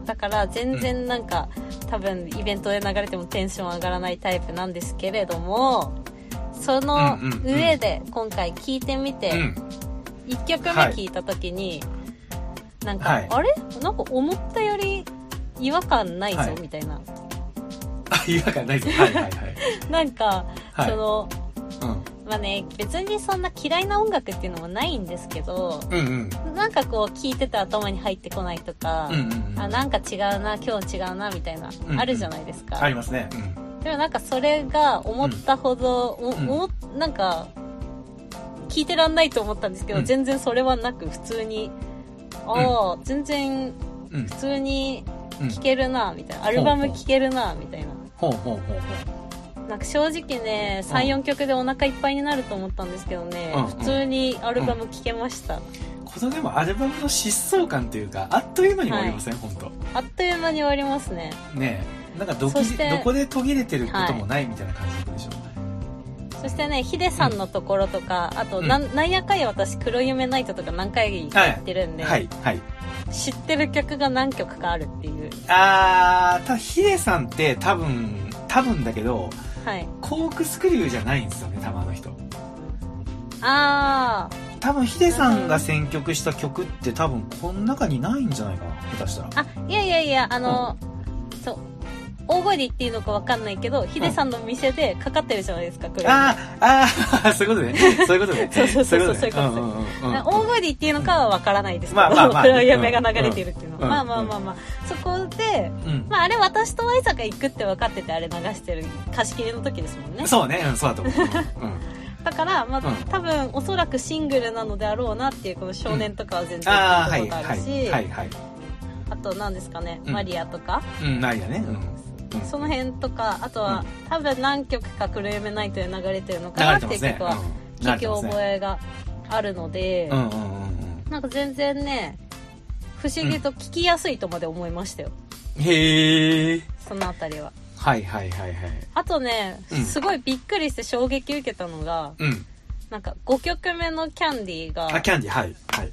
C: うだから全然なんか、多分イベントで流れてもテンション上がらないタイプなんですけれどもその
B: うんうんうん
C: 上で今回聞いてみて、
B: うん、うん、
C: 1曲目
B: はい
C: 聞いた時に、なんか、
B: はい
C: あれなんか思ったより違和感ないぞ、
B: はい
C: みたいな
B: あ違和感ないぞはいはいはい
C: なんか、
B: はい
C: その
B: うん
C: まあね別にそんな嫌いな音楽っていうのもないんですけど
B: うんうん
C: なんかこう聞いてて頭に入ってこないとか、
B: うんうん
C: あなんか違うな今日違うなみたいな、
B: うん
C: あるじゃないですか、
B: ありますね、うん
C: でもなんかそれが思ったほど、お
B: うん
C: おなんか聞いてらんないと思ったんですけど、
B: うん
C: 全然それはなく普通にああ、全然
B: うん
C: 普通に
B: うん
C: 聴けるなみたいな、アルバム聴けるなみたいな。
B: ほうほうほうほ
C: なんか正直ね
B: う
C: 34曲でお腹いっぱいになると思ったんですけどね、
B: うん
C: 普通にアルバム聴けました、
B: うこのでもアルバムの疾走感というかあっという間に終わりません、本当
C: あっという間に終わりますね
B: ねえなんかどき
C: そして
B: どこで途切れてることもないみたいな感じでしょ
C: そしてねヒデさんのところとかあと、ななんやかんや私「黒夢ナイト」とか何回か行ってるんで、
B: はいはい
C: 知ってる曲が何曲かあるっていう
B: あーただヒデさんって多分多分だけど
C: はい
B: コークスクリューじゃないんですよねたまの人
C: あ
B: 多分ヒデさんが選曲した曲って多分この中にないんじゃないかな下手したら
C: ーあいやいやいやあの、そう大声で言っていいのかわかんないけどヒデさんの店でかかってるじゃないですか、これ
B: あーあー そういうことねそういうことね
C: そうそうそうそう
B: そういうことねうんうんうんうん
C: 大声で言っていいのかはわからないですけど、
B: まあまあまあ
C: 黒い嫁が流れてるっていうのは、
B: うん
C: まあまあまあまあ、そこで、
B: うん
C: まああれ私とワイサが行くって分かっててあれ流してる貸し切りの時ですもんね
B: そうね、うん、そうだと思う。うんうん
C: だから、まあ
B: うん
C: 多分おそらくシングルなのであろうなっていうこの少年とかは全然
B: ああ、は
C: 聞
B: い、
C: いたこと
B: は
C: あるし、
B: い、はい、はい。
C: あと何ですかね、
B: うん
C: マリアとか
B: うん、ないだね。うん。うん
C: その辺とかあとは、多分何曲か「黒夢ナイト」で流れてるのか
B: 流
C: な
B: れ
C: ってて
B: ます
C: いう
B: ね
C: 曲。は
B: うん
C: 聞き覚。えがあるので、
B: うん、うん、うん
C: なんか全然ね不思議と聞きやすいとまで思いましたよ、
B: うん。へえ。
C: そのあたりは
B: はい、はい、はい、はい。
C: あとね、
B: うん
C: すごいびっくりして衝撃受けたのが
B: うん。
C: なんか5曲目の「キャンディーが
B: あ、キャンディー、はい、はい。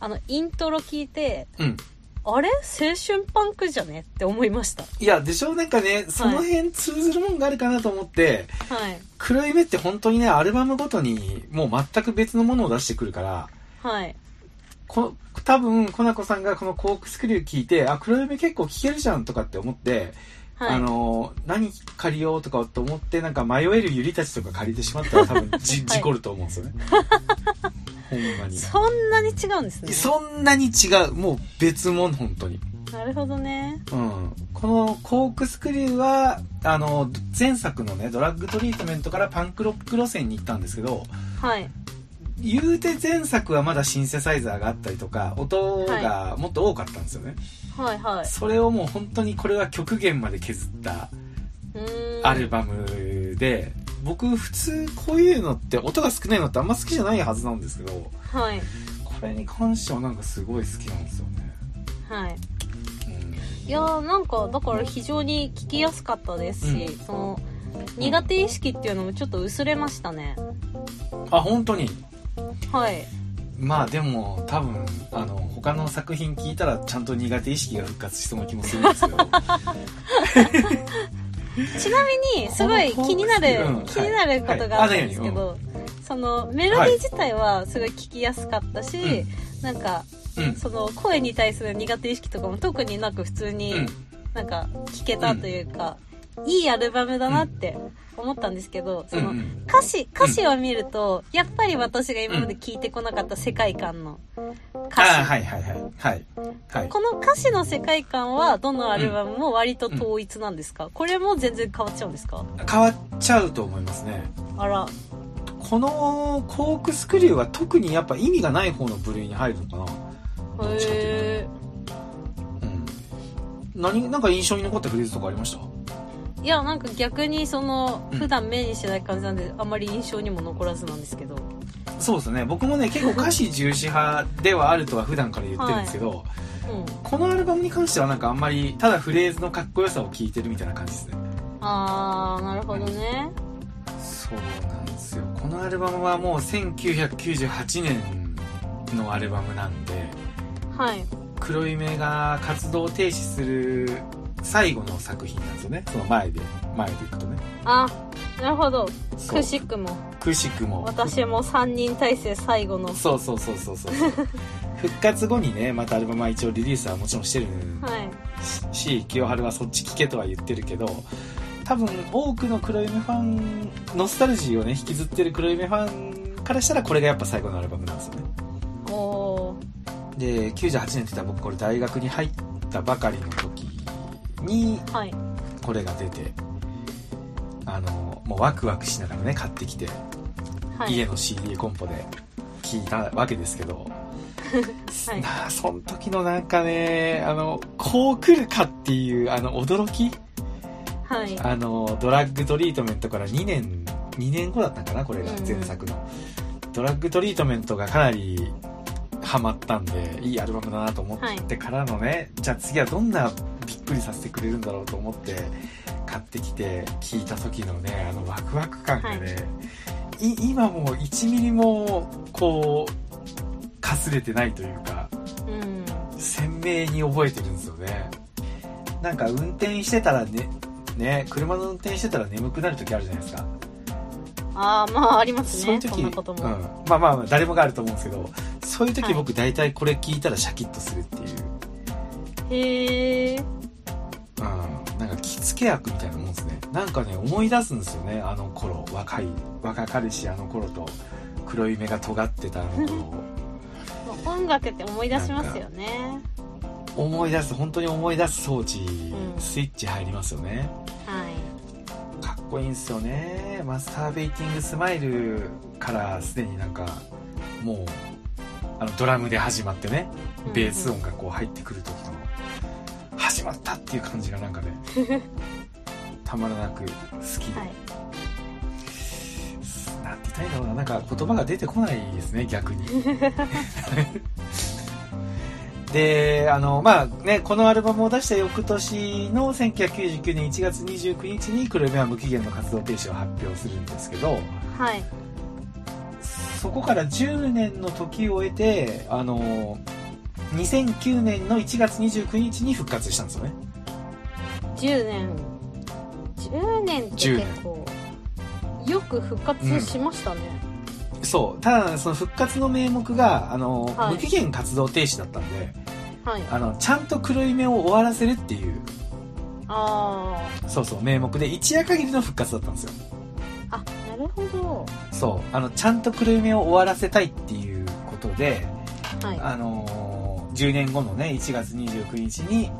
C: あのイントロ聞いて
B: うん。
C: あれ青春パンクじゃねって思いました
B: いや、でしょうなんかね、その辺通ずるもんがあるかなと思って、
C: はい
B: 黒い目って本当にね、アルバムごとに、もう全く別のものを出してくるから、
C: はい
B: こ多分、コナコさんがこのコークスクリュー聞いて、あ、黒い目結構聴けるじゃんとかって思って、
C: はい
B: あの何借りようとかと思ってなんか迷えるゆりたちとか借りてしまったら多 分じ、
C: はい
B: 事故ると思うんです よねほんまに
C: そんなに違うんですね
B: そんなに違うもう別物本当に
C: なるほどね
B: うんこのコークスクリューはあの前作のねドラッグトリートメントからパンクロック路線に行ったんですけど
C: はい
B: 言うて前作はまだシンセサイザーがあったりとか音がもっと多かったんですよね、
C: はいはい
B: それをもう本当にこれは極限まで削った
C: うーん
B: アルバムで僕普通こういうのって音が少ないのってあんま好きじゃないはずなんですけど
C: はい
B: これに関してはなんかすごい好きなんですよね、
C: はい
B: うん、
C: いやーなんかだから非常に聞きやすかったですし、
B: うん
C: その苦手意識っていうのもちょっと薄れましたね
B: あ本当に
C: はい
B: まあでも多分あの他の作品聞いたらちゃんと苦手意識が復活しそうな気もするん ですけど
C: ちなみにすごい気になる、
B: うん
C: 気になることがあったんですけど、そのメロディー自体はすごい聞きやすかったし、
B: うん
C: なんか
B: うん
C: その声に対する苦手意識とかも特になく普通に
B: うん
C: なんか聞けたというか、いいアルバムだなって思ったんですけど、そ
B: うん
C: の
B: うん
C: 歌詞歌詞を見るとやっぱり私が今まで聞いてこなかった世界観の歌詞、
B: あはいはいはいはいはい
C: この歌詞の世界観はどのアルバムも割と統一なんですか、これも全然変わっちゃうんですか
B: 変わっちゃうと思いますね
C: あら
B: このコークスクリューは特にやっぱ意味がない方の部類に入るのかなどっちかとい
C: へ
B: うん何なんか印象に残ったフレーズとかありました
C: えいやなんか逆にその
B: うん
C: 普段目にしない感じなんであんまり印象にも残らずなんですけど
B: そうですね僕もね結構歌詞重視派ではあるとは普段から言ってるんですけど、
C: うん
B: このアルバムに関してはなんかあんまりただフレーズのかっこよさを聞いてるみたいな感じですね
C: あーなるほどね
B: そそうなんですよこのアルバムはもう1998年のアルバムなんで
C: はい
B: 黒い目が活動停止する最後の作品なんですよねその前で前でいくとね
C: あなるほど
B: そう
C: くしくも
B: くしくも
C: 私も3人体制最後の
B: そうそうそうそうそう復活後にねまたアルバムは一応リリースはもちろんしてる
C: はい
B: し清春はそっち聞けとは言ってるけど多分多くの黒夢ファンノスタルジーをね引きずってる黒夢ファンからしたらこれがやっぱ最後のアルバムなんですよね
C: おお
B: で98年って言ったら僕これ大学に入ったばかりの時に
C: ーはい
B: これが出てあのもうワクワクしながらね買ってきて
C: はい
B: 家の CD コンポで聞いたわけですけど、
C: はい
B: なあその時のなんかねあのこう来るかっていうあの驚き
C: はい
B: あのドラッグトリートメントから2年2年後だったかなこれが
C: うん
B: 前作の、ドラッグトリートメントがかなりハマったんでいいアルバムだなと思ってからのね、じゃあ次はどんなびっくりさせてくれるんだろうと思って買ってきて聞いた時のねあのワクワク感がね、い今もう1ミリもこうかすれてないというか
C: うん
B: 鮮明に覚えてるんですよねなんか運転してたらねね車の運転してたら眠くなる時あるじゃないですか
C: ああまああります
B: そうい
C: ね
B: う
C: そ
B: 時
C: んなことも、
B: うん、まあまあ誰もがあると思うんですけどそういう
C: は
B: 時
C: い
B: 僕大体これ聞いたらシャキッとするっていう、
C: へえ
B: うん、なんか着付け役みたいなもんですねなんかね思い出すんですよねあの頃若い若彼氏あの頃と黒い目が尖ってたあの頃 を
C: 音楽って思い出しますよね
B: 思い出す本当に思い出す装置、
C: うん
B: スイッチ入りますよね
C: はい
B: かっこいいんすよねマスターベイティングスマイルからすでになんかもうあのドラムで始まってねベース音がこう入ってくる時の始まったっていう感じがなんかねたまらなく好きで、
C: はい
B: なんて言いたいんだろうななんか言葉が出てこないですね逆 にであのまあねこのアルバムを出した翌年の1999年1月29日に黒夢は無期限の活動停止を発表するんですけど
C: はい
B: そこから10年の時を経てあの2009年の1月29日に復活したんですよね
C: 10年10年って結構よく復活しましたね、
B: そうただその復活の名目があの、
C: はい
B: 無期限活動停止だったんで
C: はい
B: あのちゃんと黒い目を終わらせるっていう
C: あ
B: そうそう名目で一夜限りの復活だったんですよ
C: ーあなるほど
B: そうあのちゃんと黒夢を終わらせたいっていうことで、
C: はい
B: あのー10年後のね1月29日に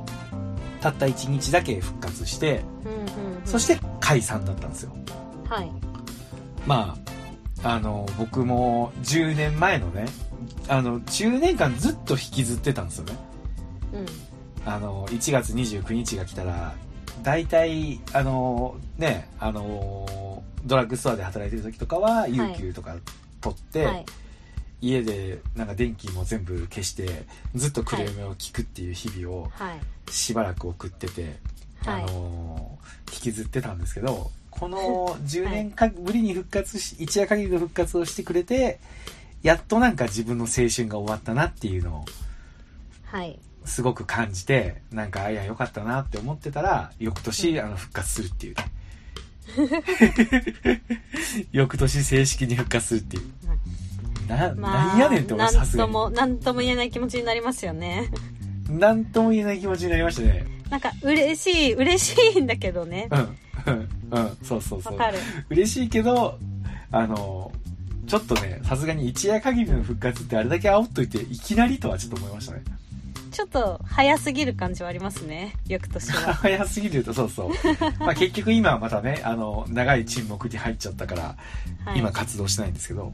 B: たった1日だけ復活して
C: うんうんうん
B: そして解散だったんですよ
C: はい
B: まああの僕も10年前のねあの10年間ずっと引きずってたんですよね
C: うん
B: あの1月29日が来たら大体あのねあのドラッグストアで働いてる時とかは有給とか取って、
C: はい
B: 家でなんか電気も全部消してずっとクレームを聞くっていう日々を
C: はい
B: しばらく送ってて、
C: は
B: あ
C: い
B: の引きずってたんですけどこ の10年かぶりに復活し一夜限りの復活をしてくれてやっとなんか自分の青春が終わったなっていうのを
C: はい
B: すごく感じてなんかあいや良かったなって思ってたら翌年あの復活するっていう翌年正式に復活するっていうな、なんやねんって思うさ
C: 何
B: すが
C: と
B: に
C: も何とも言えない気持ちになりますよね
B: なんとも言えない気持ちになりましたね
C: なんか嬉しい嬉しいんだけどね
B: うんうんうんそうそうそ
C: わ
B: う
C: かる
B: 嬉しいけどあのちょっとねさすがに一夜限りの復活ってあれだけ煽っといていきなりとはちょっと思いましたね
C: ちょっと早すぎる感じはありますね翌 年は
B: 早すぎるとそうそうまあ結局今はまたねあの長い沈黙に入っちゃったから
C: はい
B: 今活動してないんですけど、
C: うん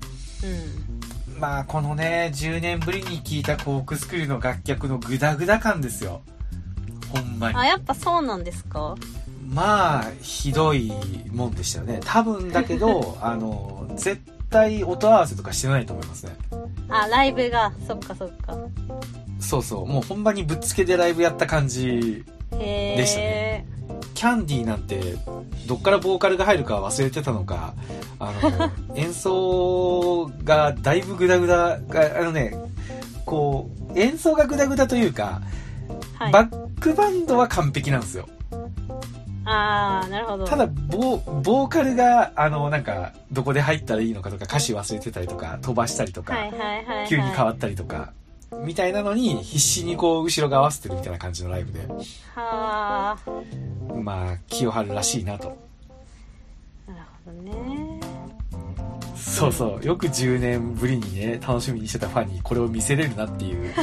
B: まあこのね10年ぶりに聴いたコークスクリューの楽曲のグダグダ感ですよほんまに
C: あやっぱそうなんですか
B: まあひどいもんでしたよね多分だけ どあの絶対音合わせとかしてないと思いますね
C: あライブがそっかそっか
B: そうそうもうほんまにぶっつけでライブやった感じ
C: へえ
B: でしたねキャンディーなんてどっからボーカルが入るか忘れてたのかあ の演奏がだいぶグダグダがあのねこう演奏がグダグダというか、
C: はい、
B: バックバンドは完璧なんですよ
C: ああなるほど
B: ただボーボーカルがあのなんかどこで入ったらいいのかとか歌詞忘れてたりとか飛ばしたりとか、
C: はいはいはい、はい、
B: 急に変わったりとかみたいなのに必死にこう後ろが合わせてるみたいな感じのライブで
C: はあ
B: まあ清春らしいなと
C: なるほどね
B: そうそうよく10年ぶりにね楽しみにしてたファンにこれを見せれるなっていう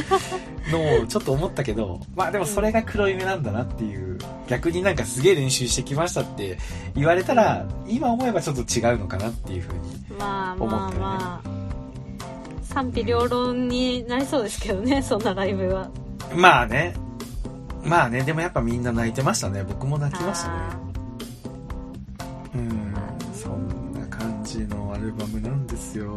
B: のをちょっと思ったけど まあでもそれが黒夢なんだなっていう逆になんかすげえ練習してきましたって言われたら今思えばちょっと違うのかなっていうふうに
C: まあ
B: 思った
C: まあ
B: よね
C: まあ、賛否両論になりそうですけどねそんなライブは
B: まあねまあねでもやっぱみんな泣いてましたね僕も泣きましたね
C: あ
B: うんそんな感じのアルバムなんですよ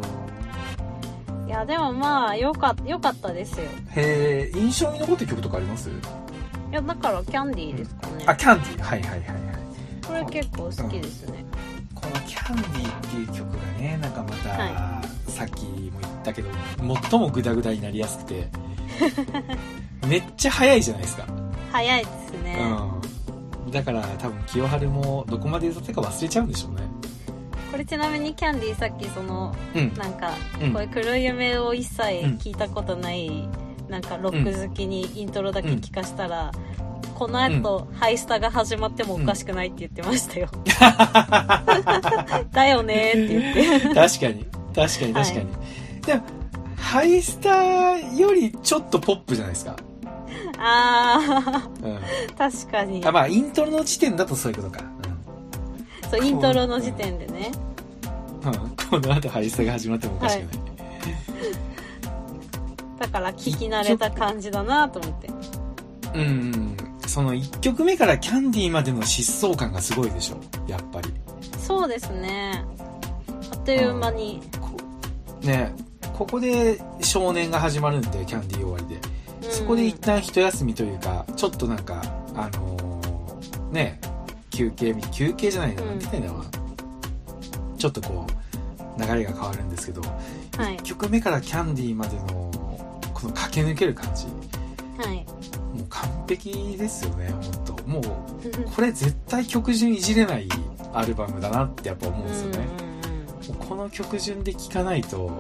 C: ーいやでもまあよかよかったですよ
B: へえ印象に残った曲とかあります
C: いやだからキャンディーですかね
B: あキャンディーはいはいはいはい
C: これ結構好きですね、
B: この「キャンディー」っていう曲がねなんかまた、
C: は
B: さっきも言ったけど最もグダグダになりやすくて めっちゃ早いじゃないですか、
C: 早いですね、
B: うん、だから多分清春もどこまで歌ったか忘れちゃうんでしょうね
C: これちなみにキャンディーさっきその
B: うん
C: なんか、
B: うん
C: こういう黒い夢を一切聞いたことない、なんかロック好きにイントロだけ聞かしたら、この後、ハイスタが始まってもおかしくないって言ってましたよ。 だよねーって言って。
B: 確かに確かに確かに、
C: はい
B: でもハイスターよりちょっとポップじゃないですか、
C: あ
B: うん、
C: ー、確かに
B: あ。まあイントロの時点だとそういうことか、うん
C: そう、イントロの時点でね。
B: うん、この後ハイスタが始まってもおかしくない、
C: だから聞き慣れた感じだなと思って。
B: うんうんその1曲目からキャンディーまでの疾走感がすごいでしょやっぱり
C: そうですね。あっという間に。
B: こねここで少年が始まるんでキャンディー終わりでそこで一旦一休みというかちょっとなんかあのーね休憩み休憩じゃないな
C: うん
B: なんて言ったらいいんだろうなちょっとこう流れが変わるんですけど
C: うん、はい
B: 1。曲目からキャンディーまでのこの駆け抜ける感じ
C: はい。
B: もう完璧ですよね本当もうこれ絶対曲順いじれないアルバムだなってやっぱ思うんですよね、
C: うんうん
B: この曲順で聴かないと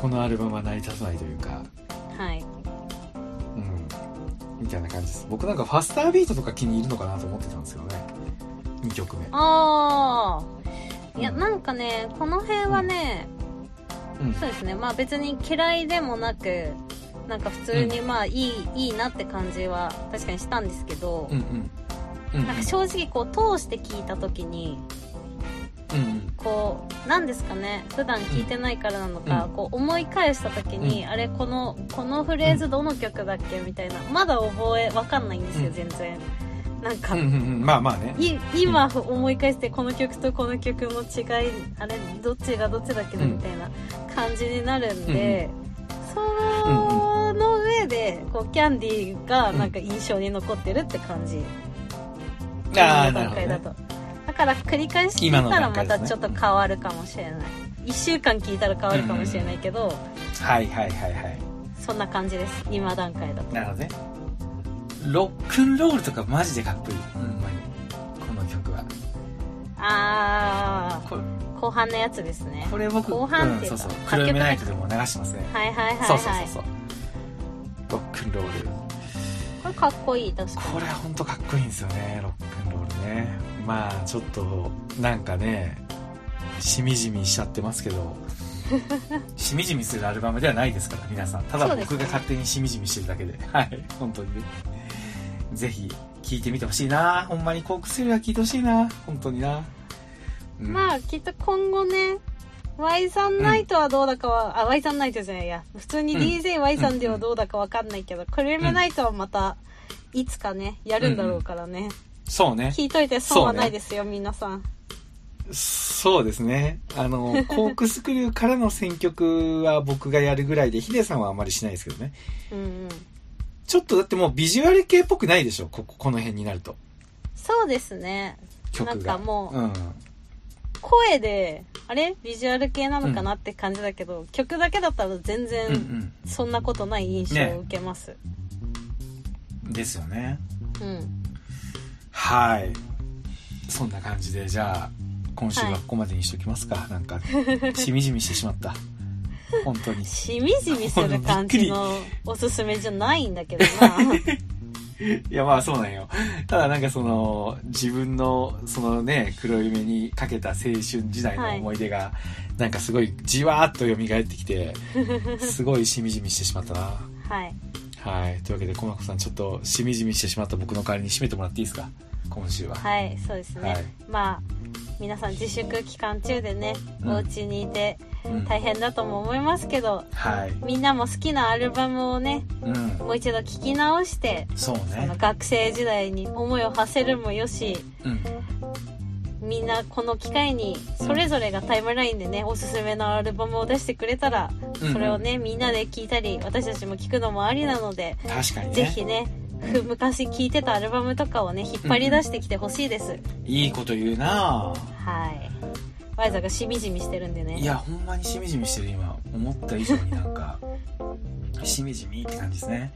B: このアルバムは成り立たないというか
C: うんはい。
B: うんみたいな感じです僕なんかファスタービートとか気に入るのかなと思ってたんですけどね2曲目
C: ああいやなんかねこの辺はね、
B: うん
C: そうですねまあ別に嫌いでもなくなんか普通にまあいい、いいなって感じは確かにしたんですけど、
B: うんうんうん
C: なんか正直こう通して聞いた時に
B: うんうん
C: こうなんですかね普段聞いてないからなのか、
B: うん
C: こう思い返した時に、あれこのこのフレーズどの曲だっけみたいなまだ覚えわかんないんですよ
B: うん
C: 全然、なんか、
B: うんうんうんまあまあね
C: い今思い返してこの曲とこの曲の違いあれどっちがどっちだっけな
B: うん
C: みたいな感じになるんで、その上でこうキャンディーがなんか印象に残ってるって感じ、
B: ああ
C: 今の
B: なる
C: 段
B: ほど、
C: 階だ
B: ね
C: と、だから繰り返して聞いたらまたちょっと変わるかもしれない、1週間聞いたら変わるかもしれないけど、
B: はいはいはいはい
C: そんな感じです今段階だと
B: なるほどねロックンロールとかマジでかっこいいほんまにこの曲は
C: あ
B: これ
C: あ後半のやつですね
B: これ僕
C: 後半っ
B: うん
C: ていう
B: そ
C: か
B: うそう
C: 作曲
B: 黒夢ナイトでも流してますね
C: はいはいはいはい
B: そうそうそうそうロックンロール
C: これかっこいい確かに
B: これは本当かっこいいんですよねロックンロールねまあちょっとなんかねしみじみしちゃってますけ どしみじみするアルバムではないですから皆さんただ
C: そうです
B: 僕が
C: ね
B: 勝手にしみじみしてるだけではい本当にねぜひ聴いてみてほしいなほんまにコークセルは聴いてほしいな本当にな、うん
C: まあきっと今後ね Y さんナイトはどうだかは、あ Y さんナイトじゃないや普通に
B: うん
C: DJY さんではどうだかわかんないけど、クレームナイトはまたいつかねやるんだろうからね、
B: そうね
C: 聞いといて損
B: そ
C: は
B: うね
C: ないですよ、皆さん
B: そうですね。あの、コークスクリューからの選曲は僕がやるぐらいで、ヒデさんはあまりしないですけどね。
C: うんうん
B: ちょっとだってもうビジュアル系っぽくないでしょここ、この辺になると。
C: そうですね
B: 曲が
C: なんかもう
B: うん、
C: 声であれビジュアル系なのかなって感じだけど、曲だけだったら全
B: うんう
C: 然
B: ん
C: そんなことない印象を受けます、
B: ですよね
C: うん
B: はいそんな感じでじゃあ今週はここまでにしときますか、なんかしみじみしてしまった本当に
C: しみじみする感じの おすすめじゃないんだけど
B: いやまあそうなんよ ただなんかその自分のそのね黒夢にかけた青春時代の思い出が、なんかすごいじわーっと蘇ってき てすごいしみじみしてしまったな
C: なはい
B: はいというわけでこまこさんちょっとしみじみしてしまった僕の代わりに締めてもらっていいですか今週は
C: はいそうですね、
B: はい
C: まあ皆さん自粛期間中でね、
B: うん
C: お家にいて
B: うん
C: 大変だとも思いますけど
B: はい
C: みんなも好きなアルバムをね
B: うん
C: もう一度聴き直して
B: そう
C: あの
B: ね
C: 学生時代に思いを馳せるもよし
B: うん
C: みんなこの機会にそれぞれがタイムラインでねおすすめのアルバムを出してくれたら
B: うん
C: それをねみんなで聴いたり私たちも聴くのもありなので
B: 確かにね
C: ぜひねふ昔聴いてたアルバムとかをね引っ張り出してきてほしいです
B: いいこと言うな
C: はいワイザがしみじみしてるんでね
B: いやほんまにしみじみしてる今思った以上になんかしみじみって感じですね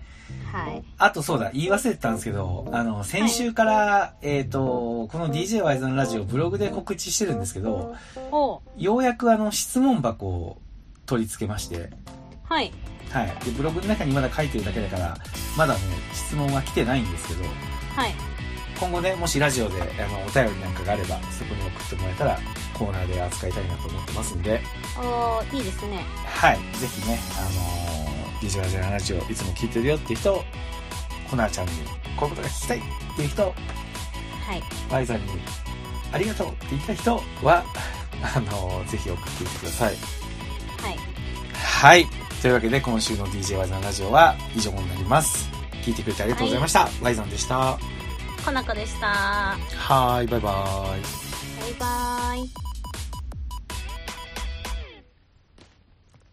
C: はい
B: あとそうだ、言い忘れてたんですけど、あの、先週から、えっ、と、この DJ ワイズのラジオブログで告知してるんですけど、
C: お
B: ようやくあの、質問箱を取り付けまして、
C: はい
B: はい。で、ブログの中にまだ書いてるだけだから、まだね、質問は来てないんですけど、
C: はい
B: 今後ね、もしラジオで、あの、お便りなんかがあれば、そこに送ってもらえたら、コーナーで扱いたいなと思ってますんで、
C: おーいいですね
B: はい。ぜひね、あのー、DJ ワイズのラジオいつも聞いてるよって人を、コナーちゃんに、こういうことが聞きたいっていう人、
C: はい
B: ワイザーにありがとうって言った人は、あのぜひ送っていってください。
C: はい
B: はい。というわけで、今週の DJ ワイザーラジオは以上になります。聞いてくれてありがとうございました。ワイザーでした。は
C: コナコでした
B: ーい、バイバイ。
C: バイバーイ